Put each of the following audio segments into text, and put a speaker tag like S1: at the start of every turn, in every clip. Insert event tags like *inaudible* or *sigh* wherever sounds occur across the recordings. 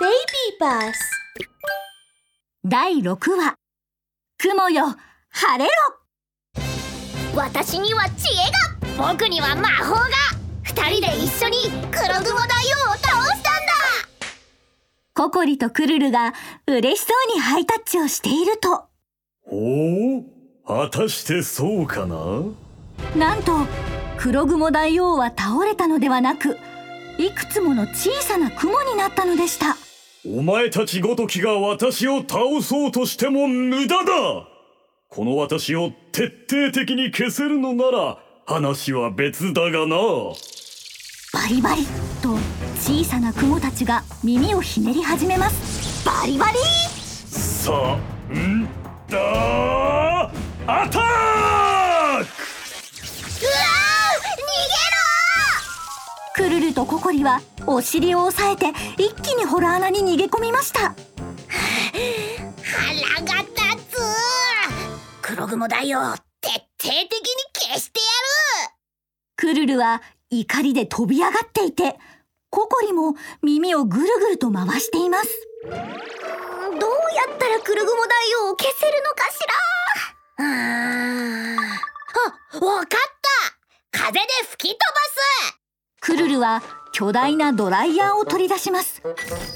S1: ベイビーバス
S2: 第6話雲よ晴れろ
S3: 私には知恵が僕には魔法が二人で一緒に黒雲大王を倒したんだ
S2: ココリとクルルが嬉しそうにハイタッチをしていると
S4: おお果たしてそうかな
S2: なんと黒雲大王は倒れたのではなくいくつもの小さな雲になったのでした
S4: お前たちごときが私を倒そうとしても無駄だこの私を徹底的に消せるのなら話は別だがな
S2: バリバリと小さな雲たちが耳をひねり始めますバリバリ
S4: さんだアタック
S3: うわー
S2: クルルとココリはお尻を押さえて一気にホラー穴に逃げ込みました
S3: 逃げろ腹が立つ黒雲大王徹底的に消して
S2: クルルは怒りで飛び上がっていてココリも耳をぐるぐると回しています
S3: やるどうやったら黒雲大王を消せるのかしらうーんあ、わかった風で吹き飛ばす
S2: クルルは巨大なドライヤーを取り出します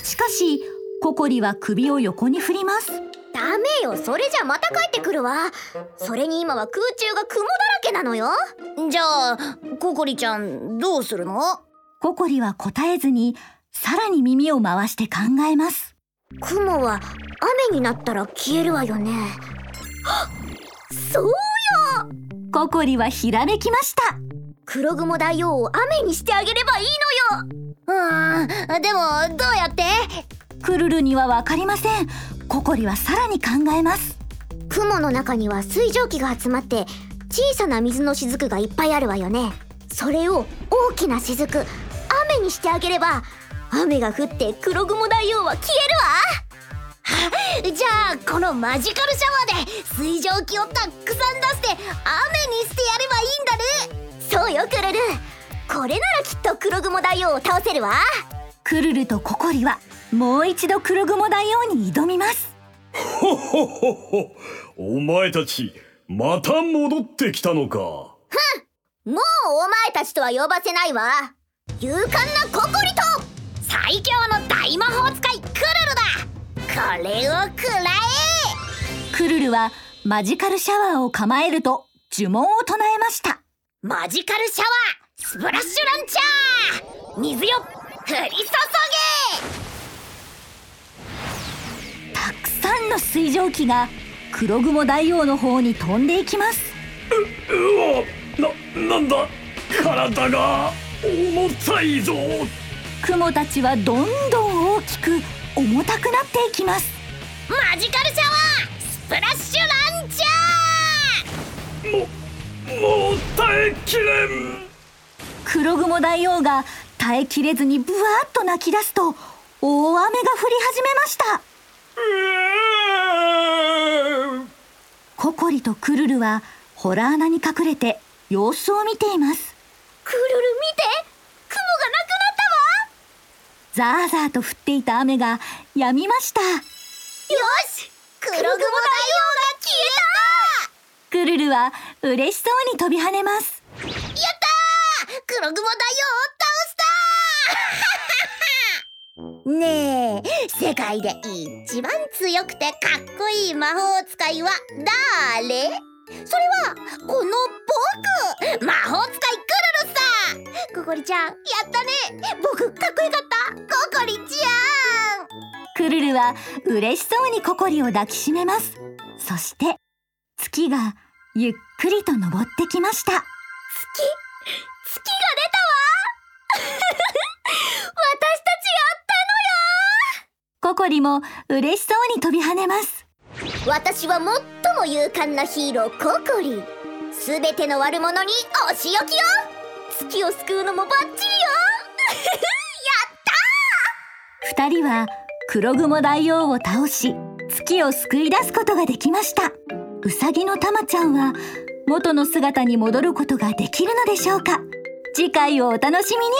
S2: しかしココリは首を横に振ります
S3: ダメよそれじゃまた帰ってくるわそれに今は空中が雲だらけなのよじゃあココリちゃんどうするの
S2: ココリは答えずにさらに耳を回して考えます
S3: 雲は雨になったら消えるわよねそう
S2: ココリはひらめきました
S3: 黒雲大王を雨にしてあげればいいのようーんでもどうやって
S2: クルルにはわかりませんココリはさらに考えます
S3: 雲の中には水蒸気が集まって小さな水の雫がいっぱいあるわよねそれを大きな雫雨にしてあげれば雨が降って黒雲大王は消えるわはじゃあこのマジカルシャワーで水蒸気をたっくさん出して雨にしてやればいいんだねそうよクルルこれならきっと黒雲大王を倒せるわ
S2: クルルとココリはもう一度黒雲大王に挑みます
S4: ほほほほお前たちまた戻ってきたのか
S3: もうお前たちとは呼ばせないわ勇敢なココリと最強の大魔法使いクルルだこれをくらえ
S2: クルルはマジカルシャワーを構えると呪文を唱えました
S3: マジカルシャワースプラッシュランチャー水よ降り注
S2: たくさんの水蒸気が黒雲大王の方に飛んでいきます
S4: うわななんだ体が重たいぞ
S2: 雲たちはどんどん大きく重たくなっていきます
S3: げマジカルシャワースプラッシュランチャ
S4: ももう耐えきれん
S2: 黒雲大王が耐えきれずにブワーッと泣き出すと大雨が降り始めましたココリとクルルはホラー穴に隠れて様子を見ています
S3: ークルル見て雲がなくなっ
S2: ザー
S3: たわ
S2: ザーと降っていた雨が止みました
S3: よし黒雲大王が消えた
S2: クルルは嬉しそうに飛び跳ねます
S3: やったー黒雲大王を倒したー *laughs* ねえ世界で一番強くてかっこいい魔法使いは誰それはこの僕魔法使いクルルさココリちゃんやったね僕かっこよかったココリちゃん
S2: クルルは嬉しそうにココリを抱きしめますそして月がゆっくりと昇ってきました
S3: 月月が出たわ *laughs* 私たちやったのよ
S2: ココリも嬉しそうに飛び跳ねます
S3: 私は最も勇敢なヒーローココリすべての悪者にお仕置きよ月を救うのもバッチリよ
S2: 二人は黒雲大王を倒し月を救い出すことができましたウサギのたまちゃんは元の姿に戻ることができるのでしょうか次回をお楽しみに